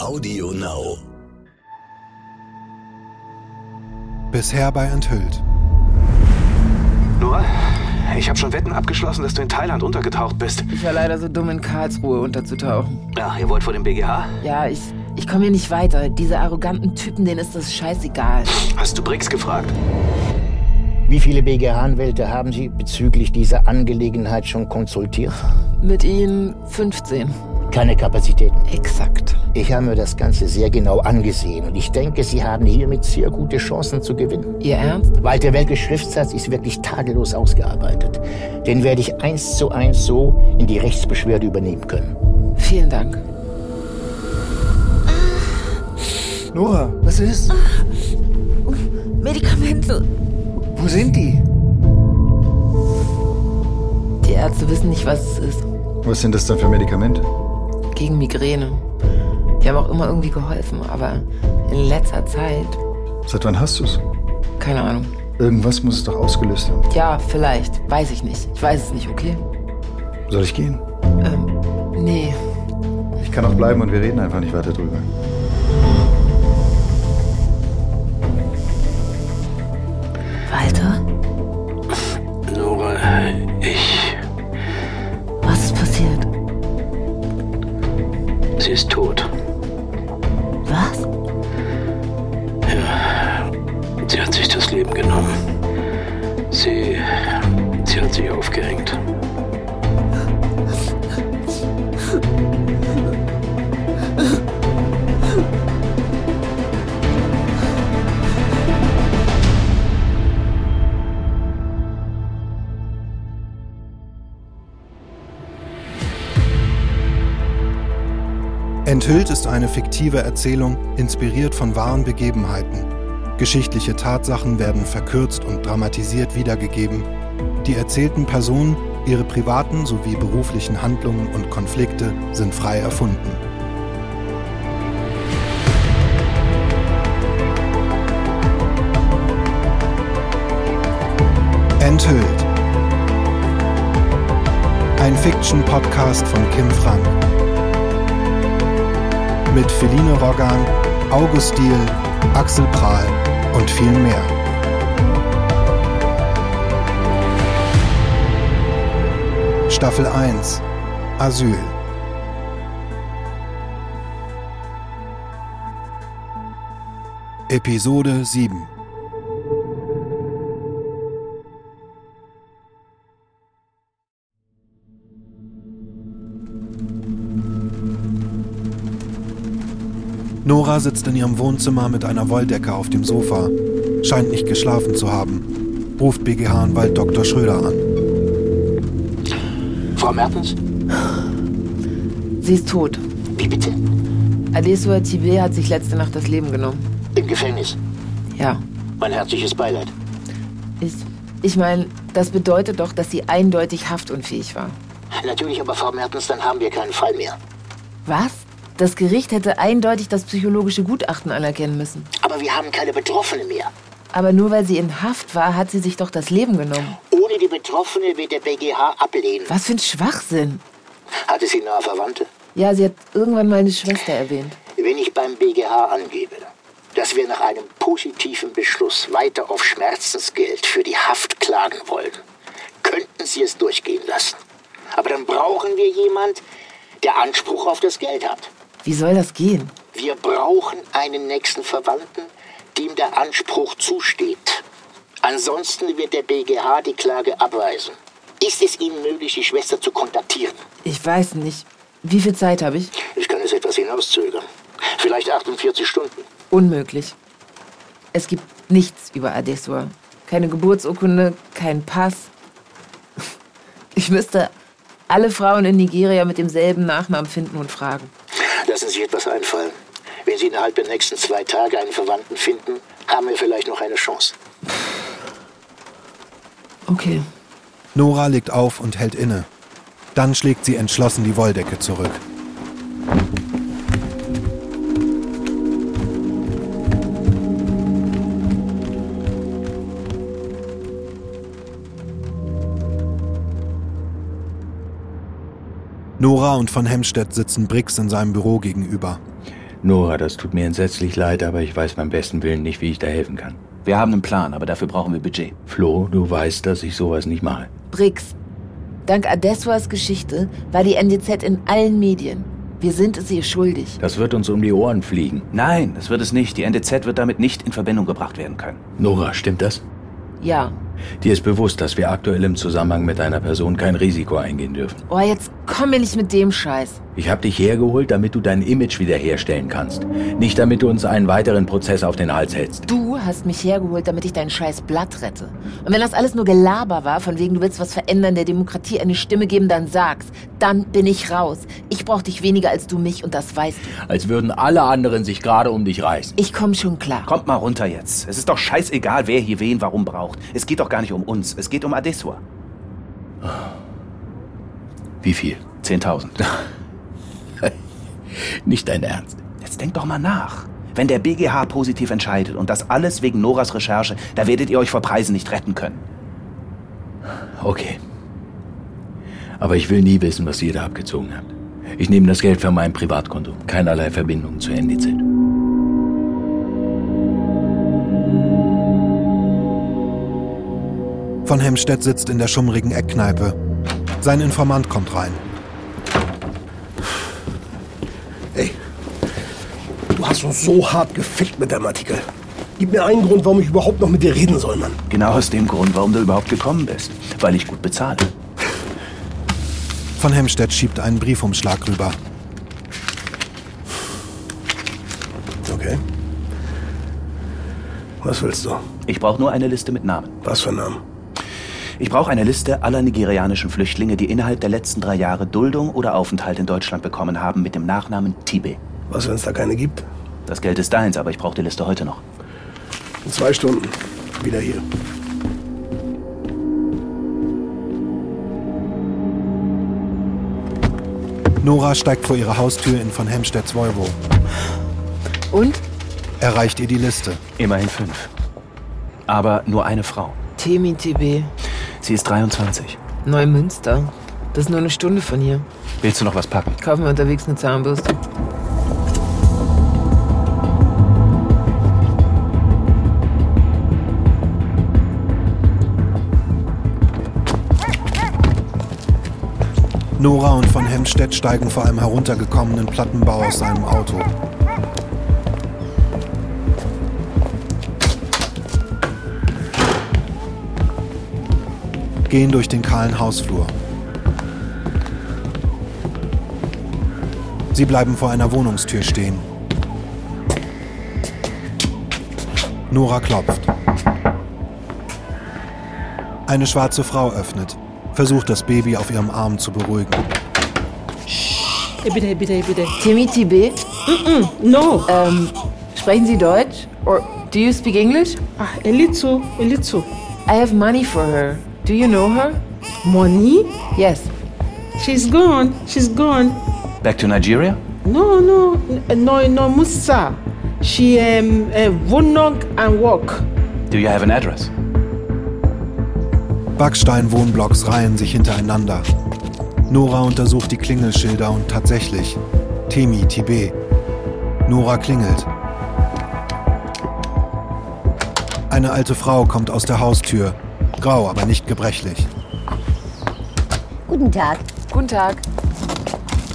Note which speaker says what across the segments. Speaker 1: Audio Now.
Speaker 2: Bisher bei Enthüllt.
Speaker 3: Nur, ich habe schon Wetten abgeschlossen, dass du in Thailand untergetaucht bist.
Speaker 4: Ich war leider so dumm, in Karlsruhe unterzutauchen.
Speaker 3: Ja, ihr wollt vor dem BGH?
Speaker 4: Ja, ich, ich komme hier nicht weiter. Diese arroganten Typen, denen ist das scheißegal.
Speaker 3: Hast du Briggs gefragt?
Speaker 5: Wie viele BGH-Anwälte haben Sie bezüglich dieser Angelegenheit schon konsultiert?
Speaker 4: Mit ihnen 15.
Speaker 5: Keine Kapazitäten.
Speaker 4: Exakt.
Speaker 5: Ich habe mir das Ganze sehr genau angesehen und ich denke, Sie haben hiermit sehr gute Chancen zu gewinnen.
Speaker 4: Ihr Ernst?
Speaker 5: Walter Welkes Schriftsatz ist wirklich tadellos ausgearbeitet. Den werde ich eins zu eins so in die Rechtsbeschwerde übernehmen können.
Speaker 4: Vielen Dank.
Speaker 6: Nora, was ist?
Speaker 4: Oh,
Speaker 7: Medikamente.
Speaker 6: Wo sind die?
Speaker 4: Die Ärzte wissen nicht, was es ist.
Speaker 8: Was sind das dann für Medikamente?
Speaker 4: Gegen Migräne. Die haben auch immer irgendwie geholfen, aber in letzter Zeit,
Speaker 8: Seit wann hast du es?
Speaker 4: keine Ahnung.
Speaker 8: Irgendwas muss es doch ausgelöst haben.
Speaker 4: Ja, vielleicht. Weiß ich nicht. Ich weiß es nicht, okay?
Speaker 8: Soll ich gehen?
Speaker 4: Ähm, nee.
Speaker 8: Ich kann auch bleiben und wir reden einfach nicht weiter drüber.
Speaker 7: Walter,
Speaker 3: Nora, ich.
Speaker 7: was ist passiert?
Speaker 3: Sie ist tot.
Speaker 7: Was?
Speaker 3: Sie hat sich das Leben genommen. Sie. Sie hat sich aufgehängt.
Speaker 2: Enthüllt ist eine fiktive Erzählung, inspiriert von wahren Begebenheiten. Geschichtliche Tatsachen werden verkürzt und dramatisiert wiedergegeben. Die erzählten Personen, ihre privaten sowie beruflichen Handlungen und Konflikte sind frei erfunden. Enthüllt. Ein Fiction-Podcast von Kim Frank mit Feline Roggan, August Diehl, Axel Prahl und vielen mehr. Staffel 1 Asyl Episode 7 Nora sitzt in ihrem Wohnzimmer mit einer Wolldecke auf dem Sofa, scheint nicht geschlafen zu haben, ruft BGH-Anwalt Dr. Schröder an.
Speaker 3: Frau Mertens?
Speaker 4: Sie ist tot.
Speaker 5: Wie bitte?
Speaker 4: Adesua Tibet hat sich letzte Nacht das Leben genommen.
Speaker 5: Im Gefängnis.
Speaker 4: Ja.
Speaker 5: Mein herzliches Beileid.
Speaker 4: Ich, ich meine, das bedeutet doch, dass sie eindeutig haftunfähig war.
Speaker 5: Natürlich, aber Frau Mertens, dann haben wir keinen Fall mehr.
Speaker 4: Was? Das Gericht hätte eindeutig das psychologische Gutachten anerkennen müssen.
Speaker 5: Aber wir haben keine Betroffene mehr.
Speaker 4: Aber nur weil sie in Haft war, hat sie sich doch das Leben genommen.
Speaker 5: Ohne die Betroffene wird der BGH ablehnen.
Speaker 4: Was für ein Schwachsinn.
Speaker 5: Hatte Also sie nahe Verwandte?
Speaker 4: Ja, sie hat irgendwann meine Schwester erwähnt.
Speaker 5: Wenn ich beim BGH angebe, dass wir nach einem positiven Beschluss weiter auf Schmerzensgeld für die Haft klagen wollen, könnten Sie es durchgehen lassen. Aber dann brauchen wir jemand, der Anspruch auf das Geld hat.
Speaker 4: Wie soll das gehen?
Speaker 5: Wir brauchen einen nächsten Verwandten, dem der Anspruch zusteht. Ansonsten wird der BGH die Klage abweisen. Ist es Ihnen möglich, die Schwester zu kontaktieren?
Speaker 4: Ich weiß nicht. Wie viel Zeit habe ich?
Speaker 5: Ich kann es etwas hinauszögern. Vielleicht 48 Stunden.
Speaker 4: Unmöglich. Es gibt nichts über Adesua. Keine Geburtsurkunde, kein Pass. Ich müsste alle Frauen in Nigeria mit demselben Nachnamen finden und fragen.
Speaker 5: Lassen Sie sich etwas einfallen. Wenn Sie innerhalb der nächsten zwei Tage einen Verwandten finden, haben wir vielleicht noch eine Chance.
Speaker 4: Okay.
Speaker 2: Nora legt auf und hält inne. Dann schlägt sie entschlossen die Wolldecke zurück. Nora und von Hemstedt sitzen Briggs in seinem Büro gegenüber.
Speaker 9: Nora, das tut mir entsetzlich leid, aber ich weiß beim besten Willen nicht, wie ich da helfen kann.
Speaker 10: Wir haben einen Plan, aber dafür brauchen wir Budget.
Speaker 9: Flo, du weißt, dass ich sowas nicht mache.
Speaker 4: Briggs, dank Adeswas Geschichte war die NDZ in allen Medien. Wir sind es ihr schuldig.
Speaker 9: Das wird uns um die Ohren fliegen.
Speaker 10: Nein, das wird es nicht. Die NDZ wird damit nicht in Verbindung gebracht werden können.
Speaker 9: Nora, stimmt das?
Speaker 4: Ja.
Speaker 9: Dir ist bewusst, dass wir aktuell im Zusammenhang mit einer Person kein Risiko eingehen dürfen.
Speaker 4: Oh, jetzt komm mir nicht mit dem Scheiß.
Speaker 9: Ich habe dich hergeholt, damit du dein Image wiederherstellen kannst. Nicht damit du uns einen weiteren Prozess auf den Hals hältst.
Speaker 4: Du hast mich hergeholt, damit ich dein scheiß Blatt rette. Und wenn das alles nur Gelaber war, von wegen du willst was verändern, der Demokratie eine Stimme geben, dann sag's. Dann bin ich raus. Ich brauch dich weniger als du mich und das weißt du.
Speaker 9: Als würden alle anderen sich gerade um dich reißen.
Speaker 4: Ich komm schon klar.
Speaker 10: Kommt mal runter jetzt. Es ist doch scheißegal, wer hier wen warum braucht. Es geht doch gar nicht um uns. Es geht um Adesua.
Speaker 9: Wie viel?
Speaker 10: 10.000.
Speaker 9: Nicht dein Ernst.
Speaker 10: Jetzt denkt doch mal nach. Wenn der BGH positiv entscheidet und das alles wegen Noras Recherche, da werdet ihr euch vor Preisen nicht retten können.
Speaker 9: Okay. Aber ich will nie wissen, was ihr da abgezogen habt. Ich nehme das Geld von meinem Privatkonto. Keinerlei Verbindung zur NDZ.
Speaker 2: Von Hemstedt sitzt in der schummrigen Eckkneipe. Sein Informant kommt rein.
Speaker 11: Ey, du hast uns so hart gefickt mit deinem Artikel. Gib mir einen Grund, warum ich überhaupt noch mit dir reden soll, Mann.
Speaker 10: Genau aus dem Grund, warum du überhaupt gekommen bist. Weil ich gut bezahle.
Speaker 2: Von Hemstedt schiebt einen Briefumschlag rüber.
Speaker 11: Okay. Was willst du?
Speaker 10: Ich brauche nur eine Liste mit Namen.
Speaker 11: Was für Namen?
Speaker 10: Ich brauche eine Liste aller nigerianischen Flüchtlinge, die innerhalb der letzten drei Jahre Duldung oder Aufenthalt in Deutschland bekommen haben mit dem Nachnamen Tibe.
Speaker 11: Was, wenn es da keine gibt?
Speaker 10: Das Geld ist deins, aber ich brauche die Liste heute noch.
Speaker 11: In zwei Stunden. Wieder hier.
Speaker 2: Nora steigt vor ihrer Haustür in von Hemstedts Volvo.
Speaker 4: Und?
Speaker 2: Er reicht ihr die Liste.
Speaker 10: Immerhin fünf. Aber nur eine Frau.
Speaker 4: Temi TB,
Speaker 10: Sie ist 23.
Speaker 4: Neumünster. Das ist nur eine Stunde von hier.
Speaker 10: Willst du noch was packen?
Speaker 4: Kaufen wir unterwegs eine Zahnbürste.
Speaker 2: Nora und von Hemstedt steigen vor einem heruntergekommenen Plattenbau aus seinem Auto. Gehen durch den kahlen Hausflur. Sie bleiben vor einer Wohnungstür stehen. Nora klopft. Eine schwarze Frau öffnet, versucht das Baby auf ihrem Arm zu beruhigen.
Speaker 12: Bitte, bitte, bitte.
Speaker 4: Temi TB,
Speaker 12: No.
Speaker 4: ähm, sprechen Sie Deutsch? Or do you speak English?
Speaker 12: Ah, a little, a little.
Speaker 4: I have money for her. Do you know her?
Speaker 12: Money?
Speaker 4: Yes.
Speaker 12: She's gone. She's gone.
Speaker 10: Back to Nigeria?
Speaker 12: No, no, n- no, no, Musa. She um, uh, Wohnung and walk.
Speaker 10: Do you have an address?
Speaker 2: Backsteinwohnblocks reihen sich hintereinander. Nora untersucht die Klingelschilder und tatsächlich Temi Tibet. Nora klingelt. Eine alte Frau kommt aus der Haustür, grau, aber nicht gebrechlich.
Speaker 13: Guten Tag.
Speaker 4: Guten Tag.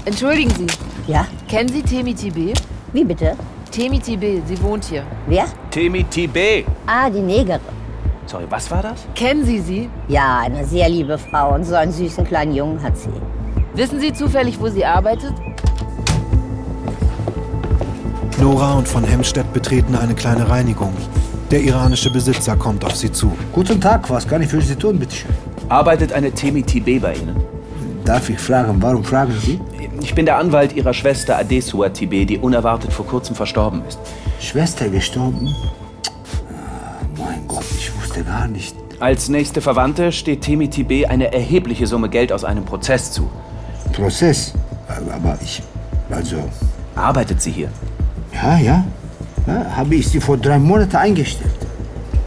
Speaker 4: Entschuldigen Sie,
Speaker 13: Ja?
Speaker 4: kennen Sie Temi TB?
Speaker 13: Wie bitte?
Speaker 4: Temi TB, sie wohnt hier.
Speaker 13: Wer?
Speaker 10: Temi Tibe.
Speaker 13: Ah, die Negerin.
Speaker 10: Sorry, was war das?
Speaker 4: Kennen Sie sie?
Speaker 13: Ja, eine sehr liebe Frau und so einen süßen kleinen Jungen hat sie.
Speaker 4: Wissen Sie zufällig, wo sie arbeitet?
Speaker 2: Nora und von Hemstedt betreten eine kleine Reinigung. Der iranische Besitzer kommt auf sie zu.
Speaker 5: Guten Tag, was kann ich für Sie tun, bitteschön?
Speaker 10: Arbeitet eine Temi Tibe bei Ihnen?
Speaker 5: Darf ich fragen, warum fragen Sie?
Speaker 10: Ich bin der Anwalt Ihrer Schwester Adesua Tibe, die unerwartet vor kurzem verstorben ist.
Speaker 5: Schwester gestorben? Ah, mein Gott, ich wusste gar nicht.
Speaker 10: Als nächste Verwandte steht Temi Tibe eine erhebliche Summe Geld aus einem Prozess zu.
Speaker 5: Prozess? Aber ich, also,
Speaker 10: Arbeitet sie hier?
Speaker 5: ja, ja, ja habe ich sie vor drei Monaten eingestellt.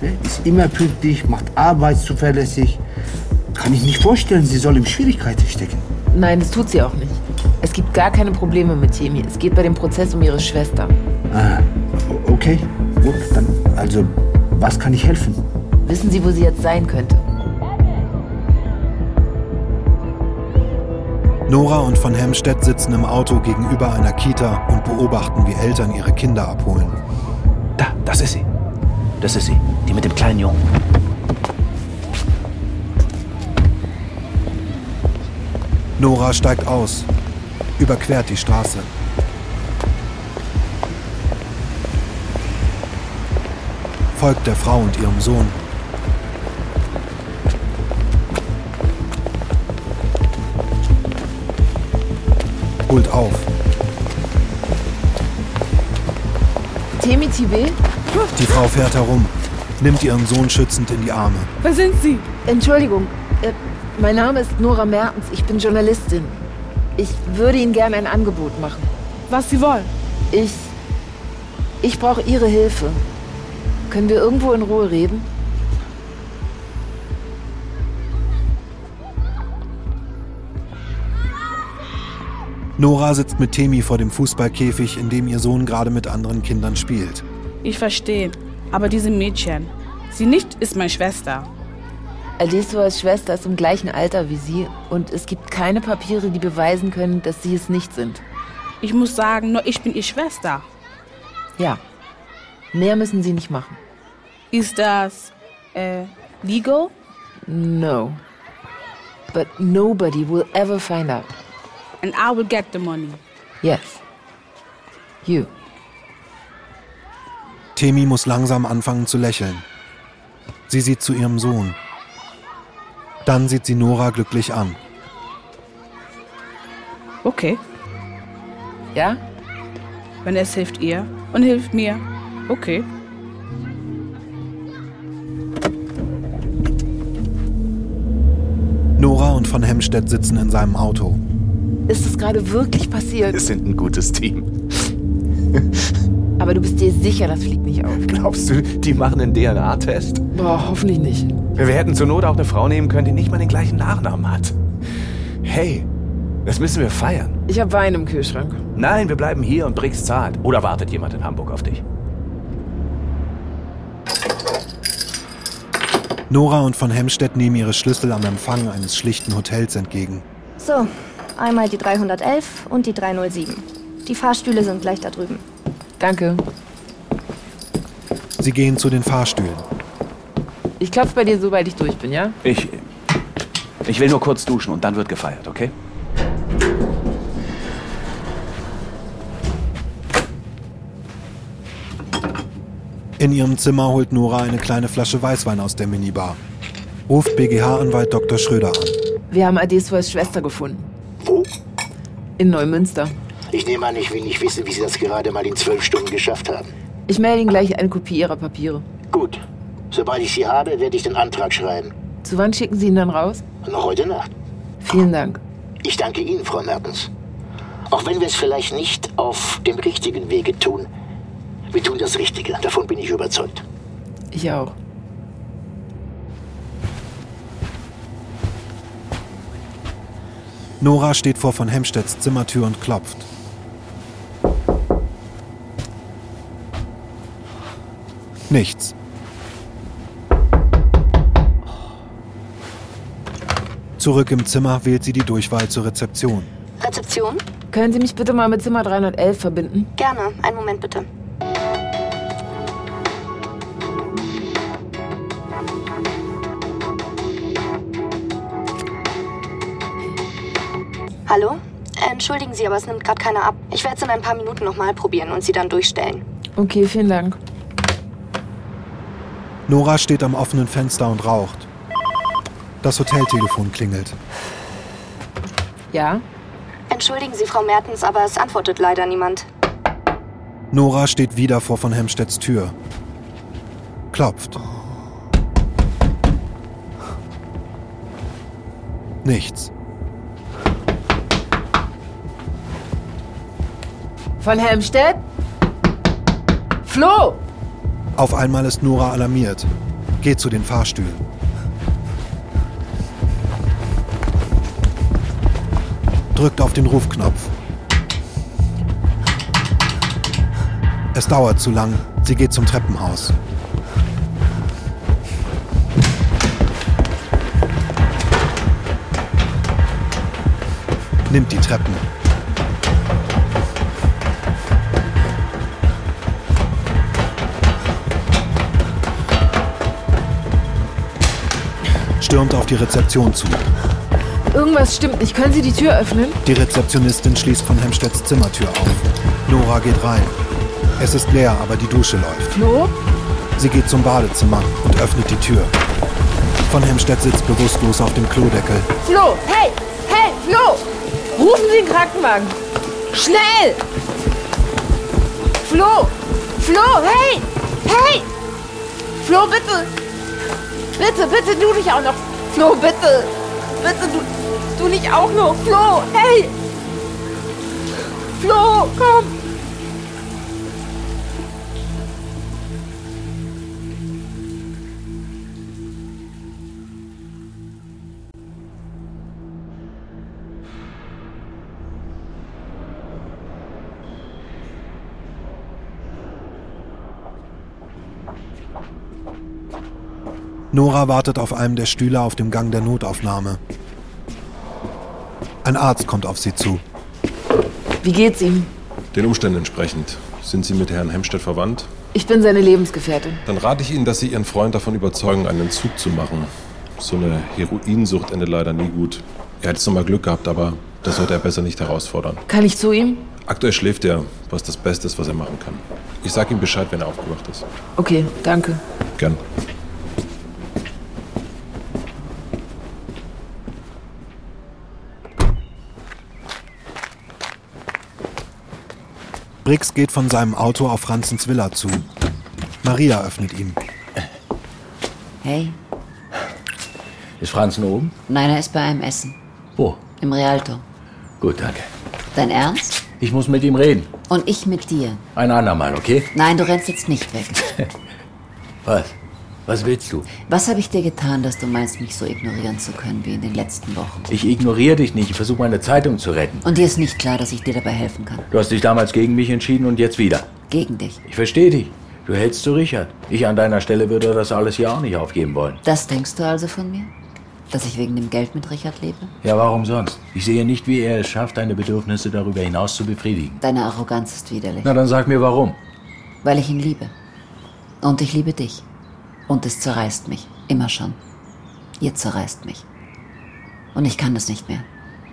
Speaker 5: Ne, Ist immer pünktlich, macht Arbeit zuverlässig. Kann ich nicht vorstellen, sie soll in Schwierigkeiten stecken.
Speaker 4: Nein, das tut sie auch nicht. Es gibt gar keine Probleme mit Temi. Es geht bei dem Prozess um ihre Schwester.
Speaker 14: Ah, o- okay. Gut, dann, also, was kann ich helfen?
Speaker 4: Wissen Sie, wo sie jetzt sein könnte?
Speaker 2: Nora und von Hemstedt sitzen im Auto gegenüber einer Kita und beobachten, wie Eltern ihre Kinder abholen.
Speaker 15: Da, das ist sie. Das ist sie. Die mit dem kleinen Jungen.
Speaker 2: Nora steigt aus, überquert die Straße. Folgt der Frau und ihrem Sohn. Holt auf.
Speaker 4: Temi Tibet?
Speaker 2: Die Frau fährt herum, nimmt ihren Sohn schützend in die Arme.
Speaker 4: Wer sind Sie? Entschuldigung. Äh, mein Name ist Nora Mertens. Ich bin Journalistin. Ich würde Ihnen gerne ein Angebot machen. Was Sie wollen? Ich. Ich brauche Ihre Hilfe. Können wir irgendwo in Ruhe reden?
Speaker 2: Nora sitzt mit Temi vor dem Fußballkäfig, in dem ihr Sohn gerade mit anderen Kindern spielt.
Speaker 16: Ich verstehe, aber diese Mädchen, sie nicht ist meine Schwester.
Speaker 4: Adesuas Schwester ist im gleichen Alter wie sie und es gibt keine Papiere, die beweisen können, dass sie es nicht sind.
Speaker 16: Ich muss sagen, nur ich bin ihre Schwester.
Speaker 4: Ja. Mehr müssen sie nicht machen.
Speaker 16: Ist das äh, legal?
Speaker 4: No. But nobody will ever find out.
Speaker 16: And I will get the money.
Speaker 4: Yes. You.
Speaker 2: Temi muss langsam anfangen zu lächeln. Sie sieht zu ihrem Sohn. Dann sieht sie Nora glücklich an.
Speaker 16: Okay.
Speaker 4: Ja?
Speaker 16: Wenn es hilft ihr und hilft mir. Okay.
Speaker 2: Nora und von Hemstedt sitzen in seinem Auto.
Speaker 4: Ist es gerade wirklich passiert?
Speaker 15: Wir sind ein gutes Team.
Speaker 4: Aber du bist dir sicher, das fliegt nicht auf.
Speaker 15: Glaubst du, die machen einen DNA-Test?
Speaker 4: Boah, hoffentlich nicht.
Speaker 15: Wir hätten zur Not auch eine Frau nehmen können, die nicht mal den gleichen Nachnamen hat. Hey, das müssen wir feiern.
Speaker 4: Ich habe Wein im Kühlschrank.
Speaker 15: Nein, wir bleiben hier und Briggs zahlt. Oder wartet jemand in Hamburg auf dich?
Speaker 2: Nora und von Hemstedt nehmen ihre Schlüssel am Empfang eines schlichten Hotels entgegen.
Speaker 17: So, einmal die 311 und die 307. Die Fahrstühle sind gleich da drüben.
Speaker 4: Danke.
Speaker 2: Sie gehen zu den Fahrstühlen.
Speaker 4: Ich klopfe bei dir, sobald ich durch bin, ja?
Speaker 15: Ich. Ich will nur kurz duschen und dann wird gefeiert, okay?
Speaker 2: In ihrem Zimmer holt Nora eine kleine Flasche Weißwein aus der Minibar. Ruft BGH-Anwalt Dr. Schröder an.
Speaker 4: Wir haben Adesuas Schwester gefunden.
Speaker 5: Wo?
Speaker 4: In Neumünster.
Speaker 5: Ich nehme an, ich will nicht wissen, wie Sie das gerade mal in zwölf Stunden geschafft haben.
Speaker 4: Ich melde Ihnen gleich eine Kopie Ihrer Papiere.
Speaker 5: Gut. Sobald ich Sie habe, werde ich den Antrag schreiben.
Speaker 4: Zu wann schicken Sie ihn dann raus?
Speaker 5: Noch heute Nacht.
Speaker 4: Vielen Dank.
Speaker 5: Ich danke Ihnen, Frau Mertens. Auch wenn wir es vielleicht nicht auf dem richtigen Wege tun, wir tun das Richtige. Davon bin ich überzeugt.
Speaker 4: Ich auch.
Speaker 2: Nora steht vor von Hemstedts Zimmertür und klopft. Nichts. Zurück im Zimmer wählt sie die Durchwahl zur Rezeption.
Speaker 17: Rezeption?
Speaker 4: Können Sie mich bitte mal mit Zimmer 311 verbinden?
Speaker 17: Gerne. Einen Moment bitte. Hallo? Entschuldigen Sie, aber es nimmt gerade keiner ab. Ich werde es in ein paar Minuten nochmal probieren und Sie dann durchstellen.
Speaker 4: Okay, vielen Dank.
Speaker 2: Nora steht am offenen Fenster und raucht. Das Hoteltelefon klingelt.
Speaker 4: Ja?
Speaker 17: Entschuldigen Sie, Frau Mertens, aber es antwortet leider niemand.
Speaker 2: Nora steht wieder vor von Hemstedts Tür. Klopft. Nichts.
Speaker 4: Von Helmstedt? Flo!
Speaker 2: Auf einmal ist Nora alarmiert. Geht zu den Fahrstühlen. drückt auf den Rufknopf. Es dauert zu lang. Sie geht zum Treppenhaus. Nimmt die Treppen. Stürmt auf die Rezeption zu.
Speaker 4: Irgendwas stimmt nicht. Können Sie die Tür öffnen?
Speaker 2: Die Rezeptionistin schließt von Hemsteds Zimmertür auf. Nora geht rein. Es ist leer, aber die Dusche läuft.
Speaker 4: Flo?
Speaker 2: Sie geht zum Badezimmer und öffnet die Tür. Von Hemstedt sitzt bewusstlos auf dem Klodeckel.
Speaker 4: Flo! Hey! Hey, Flo! Rufen Sie den Krankenwagen! Schnell! Flo! Flo, hey! Hey! Flo, bitte! Bitte, bitte, du dich auch noch! Flo, bitte! Bitte, du, du nicht auch noch! Flo, hey! Flo, komm!
Speaker 2: Nora wartet auf einem der Stühle auf dem Gang der Notaufnahme. Ein Arzt kommt auf sie zu.
Speaker 4: Wie geht's ihm?
Speaker 18: Den Umständen entsprechend. Sind Sie mit Herrn Hemstedt verwandt?
Speaker 4: Ich bin seine Lebensgefährtin.
Speaker 18: Dann rate ich Ihnen, dass Sie Ihren Freund davon überzeugen, einen Entzug zu machen. So eine Heroinsucht endet leider nie gut. Er hat jetzt nochmal Glück gehabt, aber das sollte er besser nicht herausfordern.
Speaker 4: Kann ich zu ihm?
Speaker 18: Aktuell schläft er, was das Beste ist, was er machen kann. Ich sage ihm Bescheid, wenn er aufgewacht ist.
Speaker 4: Okay, danke.
Speaker 18: Gern.
Speaker 2: Briggs geht von seinem Auto auf Franzens Villa zu. Maria öffnet ihm.
Speaker 12: Hey,
Speaker 1: Ist Franzen oben?
Speaker 12: nein, er ist bei einem Essen.
Speaker 1: Wo?
Speaker 12: Im Rialto.
Speaker 1: Gut, danke.
Speaker 12: Dein Ernst?
Speaker 1: Ich muss mit ihm reden.
Speaker 12: Und ich mit dir.
Speaker 1: Ein andermal, okay?
Speaker 12: Nein, du rennst jetzt nicht weg.
Speaker 1: Was? Was willst du?
Speaker 12: Was habe ich dir getan, dass du meinst, mich so ignorieren zu können wie in den letzten Wochen?
Speaker 1: Ich ignoriere dich nicht. Ich versuche meine Zeitung zu retten.
Speaker 12: Und dir ist nicht klar, dass ich dir dabei helfen kann.
Speaker 1: Du hast dich damals gegen mich entschieden und jetzt wieder.
Speaker 12: Gegen dich.
Speaker 1: Ich verstehe dich. Du hältst zu Richard. Ich an deiner Stelle würde das alles hier auch nicht aufgeben wollen.
Speaker 12: Das denkst du also von mir? Dass ich wegen dem Geld mit Richard lebe?
Speaker 1: Ja, warum sonst? Ich sehe nicht, wie er es schafft, deine Bedürfnisse darüber hinaus zu befriedigen.
Speaker 12: Deine Arroganz ist widerlich.
Speaker 1: Na, dann sag mir warum.
Speaker 12: Weil ich ihn liebe. Und ich liebe dich. Und es zerreißt mich. Immer schon. Ihr zerreißt mich. Und ich kann das nicht mehr.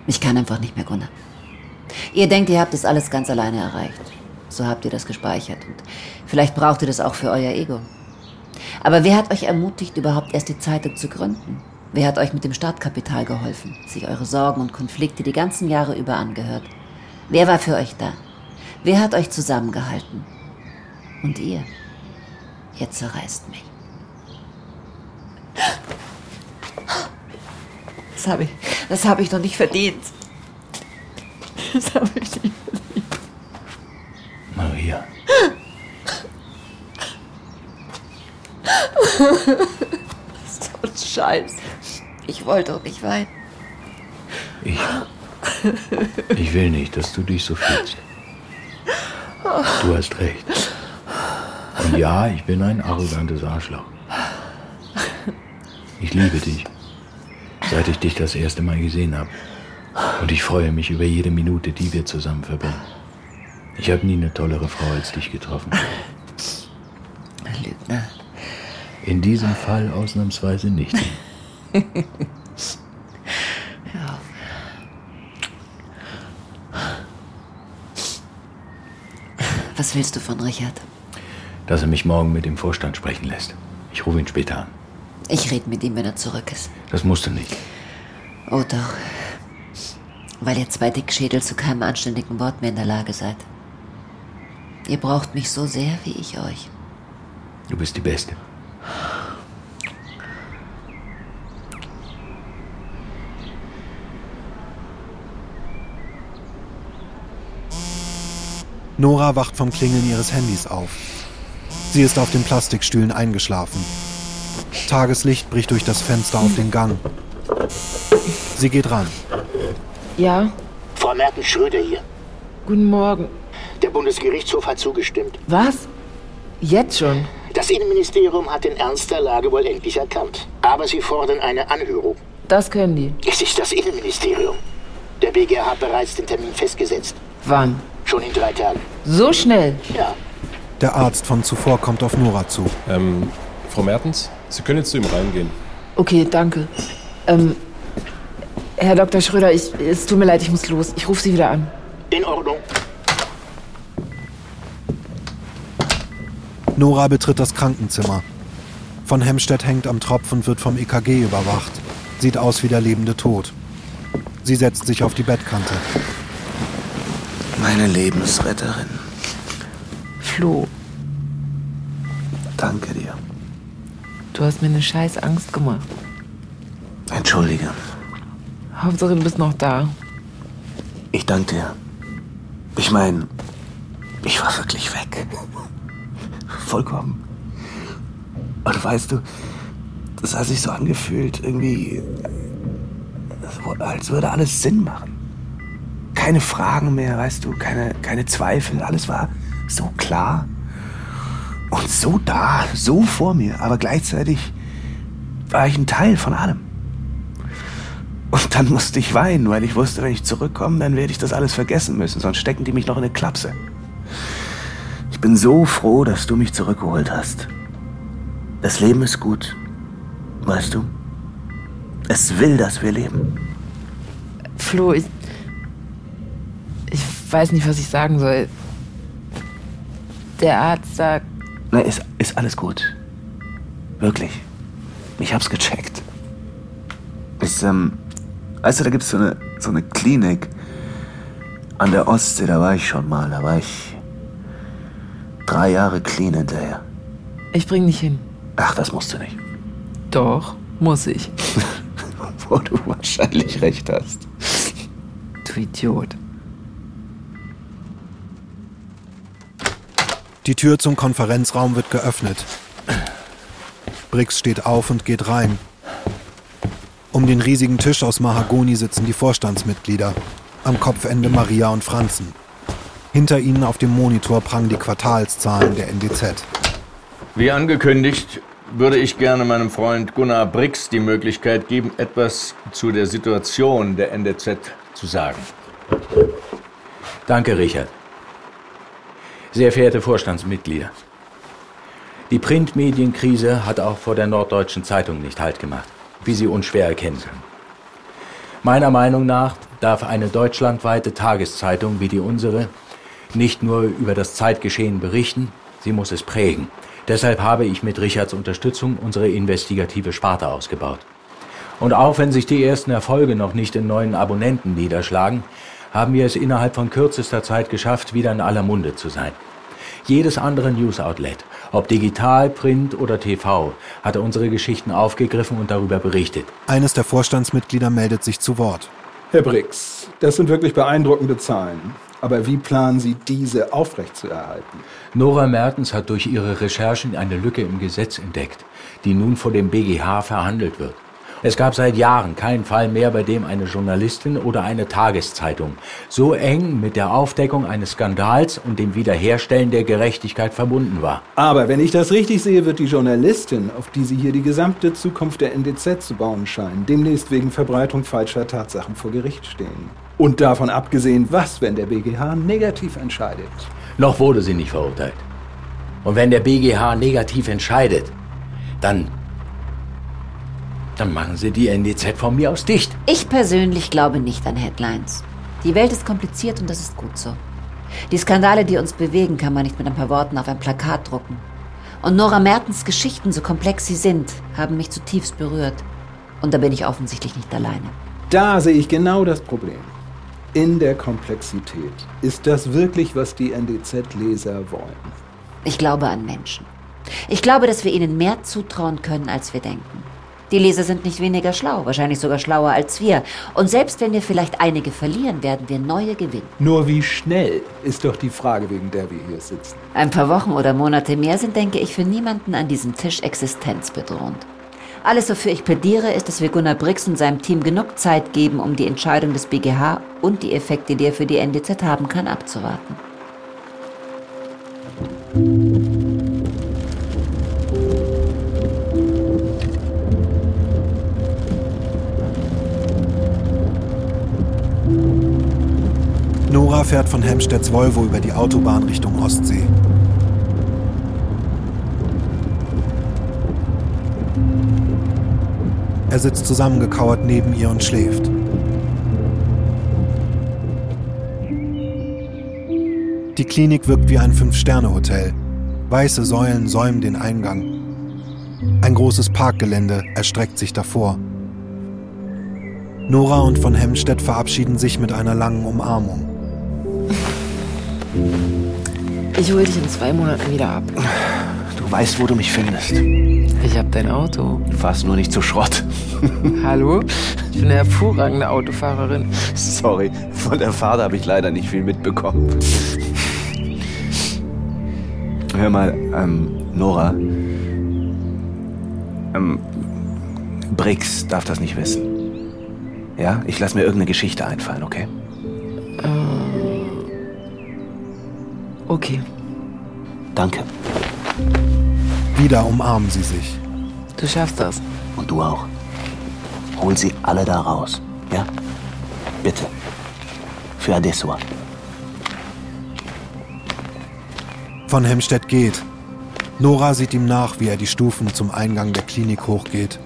Speaker 12: Ich kann einfach nicht mehr, Gunnar. Ihr denkt, ihr habt das alles ganz alleine erreicht. So habt ihr das gespeichert. Und vielleicht braucht ihr das auch für euer Ego. Aber wer hat euch ermutigt, überhaupt erst die Zeitung zu gründen? Wer hat euch mit dem Startkapital geholfen, sich eure Sorgen und Konflikte die ganzen Jahre über angehört? Wer war für euch da? Wer hat euch zusammengehalten? Und ihr? Ihr zerreißt mich.
Speaker 19: Das habe ich, das habe ich noch nicht verdient. Das habe ich nicht verdient.
Speaker 1: Maria.
Speaker 19: So ein Scheiß. Ich wollte doch nicht weinen.
Speaker 1: Ich. Ich will nicht, dass du dich so fühlst. Du hast recht. Und ja, ich bin ein arrogantes Arschloch. Ich liebe dich. Seit ich dich das erste Mal gesehen habe. Und ich freue mich über jede Minute, die wir zusammen verbringen. Ich habe nie eine tollere Frau als dich getroffen.
Speaker 12: Lügner.
Speaker 1: In diesem Fall ausnahmsweise nicht.
Speaker 19: Ja.
Speaker 12: Was willst du von Richard?
Speaker 1: Dass er mich morgen mit dem Vorstand sprechen lässt. Ich rufe ihn später an.
Speaker 12: Ich rede mit ihm, wenn er zurück ist.
Speaker 1: Das musst du nicht.
Speaker 12: Oh doch. Weil ihr zwei Dickschädel zu keinem anständigen Wort mehr in der Lage seid. Ihr braucht mich so sehr wie ich euch.
Speaker 1: Du bist die Beste.
Speaker 2: Nora wacht vom Klingeln ihres Handys auf. Sie ist auf den Plastikstühlen eingeschlafen. Tageslicht bricht durch das Fenster auf den Gang. Sie geht ran.
Speaker 4: Ja?
Speaker 5: Frau Merten Schröder hier.
Speaker 4: Guten Morgen.
Speaker 5: Der Bundesgerichtshof hat zugestimmt.
Speaker 4: Was? Jetzt schon?
Speaker 5: Das Innenministerium hat den Ernst der Lage wohl endlich erkannt. Aber sie fordern eine Anhörung.
Speaker 4: Das können die.
Speaker 5: Es ist das Innenministerium. Der BGH hat bereits den Termin festgesetzt.
Speaker 4: Wann?
Speaker 5: Schon in drei Tagen.
Speaker 4: So schnell?
Speaker 5: Ja.
Speaker 2: Der Arzt von zuvor kommt auf Nora zu.
Speaker 18: Ähm, Frau Mertens, Sie können jetzt zu ihm reingehen.
Speaker 4: Okay, danke. Ähm, Herr Dr. Schröder, ich, es tut mir leid, ich muss los. Ich rufe Sie wieder an.
Speaker 5: In Ordnung.
Speaker 2: Nora betritt das Krankenzimmer. Von Hemstedt hängt am Tropf und wird vom EKG überwacht. Sieht aus wie der lebende Tod. Sie setzt sich auf die Bettkante.
Speaker 11: Meine Lebensretterin.
Speaker 4: Flo,
Speaker 11: Danke dir.
Speaker 4: du hast mir eine scheiß Angst gemacht.
Speaker 11: Entschuldige.
Speaker 4: Hauptsache, du bist noch da.
Speaker 11: Ich danke dir. Ich meine, ich war wirklich weg. Vollkommen. Und weißt du, das hat sich so angefühlt, irgendwie, als würde alles Sinn machen. Keine Fragen mehr, weißt du, keine, keine Zweifel. Alles war so klar und so da, so vor mir, aber gleichzeitig war ich ein Teil von allem. Und dann musste ich weinen, weil ich wusste, wenn ich zurückkomme, dann werde ich das alles vergessen müssen, sonst stecken die mich noch in eine Klapse. Ich bin so froh, dass du mich zurückgeholt hast. Das Leben ist gut, weißt du? Es will, dass wir leben.
Speaker 4: Flo, ich. Ich weiß nicht, was ich sagen soll. Der Arzt sagt,
Speaker 11: Na, ist, ist alles gut. Wirklich. Ich hab's gecheckt. Ist, ähm, weißt du, da gibt's so eine, so eine Klinik an der Ostsee, da war ich schon mal, da war ich drei Jahre clean hinterher.
Speaker 4: ich bring dich hin.
Speaker 11: Ach, das musst du nicht.
Speaker 4: Doch, muss ich.
Speaker 11: Wo du wahrscheinlich recht hast.
Speaker 4: Du Idiot.
Speaker 2: Die Tür zum Konferenzraum wird geöffnet. Briggs steht auf und geht rein. Um den riesigen Tisch aus Mahagoni sitzen die Vorstandsmitglieder. Am Kopfende Maria und Franzen. Hinter ihnen auf dem Monitor prangen die Quartalszahlen der NDZ.
Speaker 20: Wie angekündigt, würde ich gerne meinem Freund Gunnar Brix die Möglichkeit geben, etwas zu der Situation der NDZ zu sagen.
Speaker 10: Danke, Richard. Sehr verehrte Vorstandsmitglieder. Die Printmedienkrise hat auch vor der Norddeutschen Zeitung nicht Halt gemacht, wie Sie unschwer erkennen können. Meiner Meinung nach darf eine deutschlandweite Tageszeitung wie die unsere nicht nur über das Zeitgeschehen berichten, sie muss es prägen. Deshalb habe ich mit Richards Unterstützung unsere investigative Sparte ausgebaut. Und auch wenn sich die ersten Erfolge noch nicht in neuen Abonnenten niederschlagen, haben wir es innerhalb von kürzester Zeit geschafft, wieder in aller Munde zu sein. Jedes andere News-Outlet, ob digital, Print oder TV, hat unsere Geschichten aufgegriffen und darüber berichtet.
Speaker 2: Eines der Vorstandsmitglieder meldet sich zu Wort.
Speaker 21: Herr Briggs, das sind wirklich beeindruckende Zahlen. Aber wie planen Sie, diese aufrechtzuerhalten?
Speaker 10: Nora Mertens hat durch ihre Recherchen eine Lücke im Gesetz entdeckt, die nun vor dem BGH verhandelt wird. Es gab seit Jahren keinen Fall mehr, bei dem eine Journalistin oder eine Tageszeitung so eng mit der Aufdeckung eines Skandals und dem Wiederherstellen der Gerechtigkeit verbunden war.
Speaker 21: Aber wenn ich das richtig sehe, wird die Journalistin, auf die Sie hier die gesamte Zukunft der NDZ zu bauen scheinen, demnächst wegen Verbreitung falscher Tatsachen vor Gericht stehen. Und davon abgesehen, was, wenn der BGH negativ entscheidet?
Speaker 10: Noch wurde sie nicht verurteilt. Und wenn der BGH negativ entscheidet, dann. dann machen sie die NDZ von mir aus dicht.
Speaker 12: Ich persönlich glaube nicht an Headlines. Die Welt ist kompliziert und das ist gut so. Die Skandale, die uns bewegen, kann man nicht mit ein paar Worten auf ein Plakat drucken. Und Nora Mertens Geschichten, so komplex sie sind, haben mich zutiefst berührt. Und da bin ich offensichtlich nicht alleine.
Speaker 21: Da sehe ich genau das Problem. In der Komplexität. Ist das wirklich, was die NDZ-Leser wollen?
Speaker 12: Ich glaube an Menschen. Ich glaube, dass wir ihnen mehr zutrauen können, als wir denken. Die Leser sind nicht weniger schlau, wahrscheinlich sogar schlauer als wir. Und selbst wenn wir vielleicht einige verlieren, werden wir neue gewinnen.
Speaker 21: Nur wie schnell ist doch die Frage, wegen der wir hier sitzen.
Speaker 12: Ein paar Wochen oder Monate mehr sind, denke ich, für niemanden an diesem Tisch existenzbedrohend. Alles, wofür ich plädiere, ist, dass wir Gunnar Brix und seinem Team genug Zeit geben, um die Entscheidung des BGH und die Effekte, die er für die NDZ haben kann, abzuwarten.
Speaker 2: Nora fährt von Hemsteds Volvo über die Autobahn Richtung Ostsee. Er sitzt zusammengekauert neben ihr und schläft. Die Klinik wirkt wie ein Fünf-Sterne-Hotel. Weiße Säulen säumen den Eingang. Ein großes Parkgelände erstreckt sich davor. Nora und von Hemstedt verabschieden sich mit einer langen Umarmung.
Speaker 4: Ich hole dich in zwei Monaten wieder ab.
Speaker 15: Du weißt, wo du mich findest.
Speaker 4: Ich hab dein Auto.
Speaker 15: Fass nur nicht zu Schrott.
Speaker 4: Hallo? Ich bin eine hervorragende Autofahrerin.
Speaker 15: Sorry, von der Fahrt habe ich leider nicht viel mitbekommen. Hör mal, ähm, Nora. Ähm, Briggs darf das nicht wissen. Ja, ich lasse mir irgendeine Geschichte einfallen, okay?
Speaker 4: Okay,
Speaker 15: Danke.
Speaker 2: Wieder umarmen sie sich.
Speaker 4: du schaffst das.
Speaker 15: Und du auch. Hol sie alle da raus. Ja? Bitte. Für Adesua.
Speaker 2: Von Hemstedt geht. Nora sieht ihm nach, wie er die Stufen zum Eingang der Klinik hochgeht.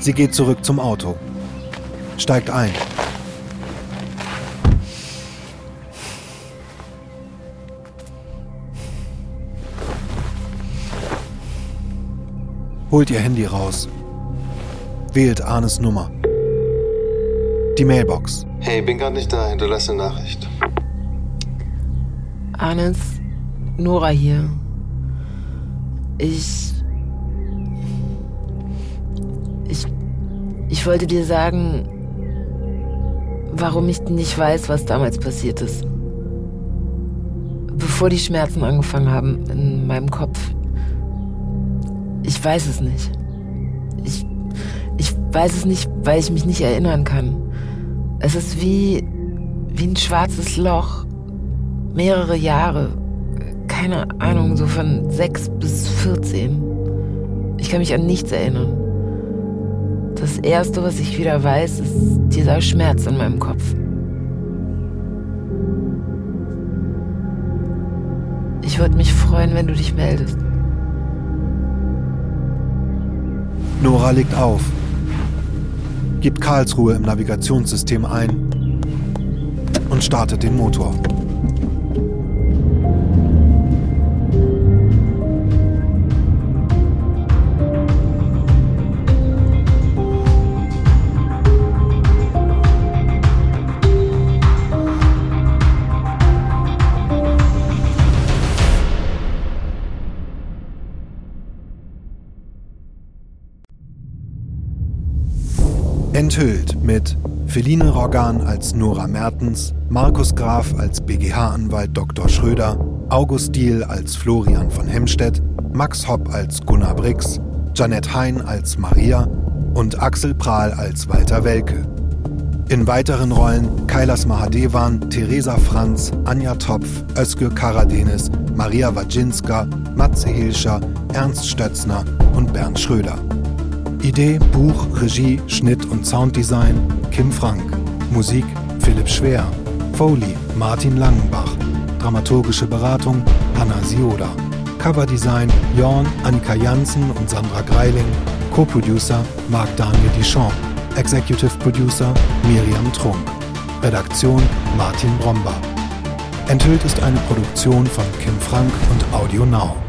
Speaker 2: Sie geht zurück zum Auto, steigt ein. holt ihr Handy raus, wählt Arnes Nummer. Die Mailbox.
Speaker 6: Hey, bin gerade nicht da. Hinterlasse eine Nachricht.
Speaker 4: Arnes, Nora hier. Ich. Ich. Ich wollte dir sagen, warum ich nicht weiß, was damals passiert ist. Bevor die Schmerzen angefangen haben in meinem Kopf. Ich weiß es nicht. Ich. Ich weiß es nicht, weil ich mich nicht erinnern kann. Es ist wie. wie ein schwarzes Loch. Mehrere Jahre. Keine Ahnung, so von 6 bis 14. Ich kann mich an nichts erinnern. Das Erste, was ich wieder weiß, ist dieser Schmerz in meinem Kopf. Ich würde mich freuen, wenn du dich meldest.
Speaker 2: Nora legt auf, gibt Karlsruhe im Navigationssystem ein und startet den Motor. Enthüllt mit Feline Roggan als Nora Mertens, Markus Graf als BGH-Anwalt Dr. Schröder, August Diehl als Florian von Hemstedt, Max Hopp als Gunnar Brix, Janet Hein als Maria und Axel Prahl als Walter Welke. In weiteren Rollen Kailas Mahadevan, Theresa Franz, Anja Topf, Özgür Karadenis, Maria Wajinska, Matze Hilscher, Ernst Stötzner und Bernd Schröder. Idee, Buch, Regie, Schnitt und Sounddesign Kim Frank. Musik Philipp Schwer. Foley Martin Langenbach. Dramaturgische Beratung Hanna Sioda. Coverdesign Jorn, Annika Janssen und Sandra Greiling. Co-Producer Marc-Daniel Deschamps. Executive Producer Miriam Trunk. Redaktion Martin Bromba. Enthüllt ist eine Produktion von Kim Frank und Audio Now.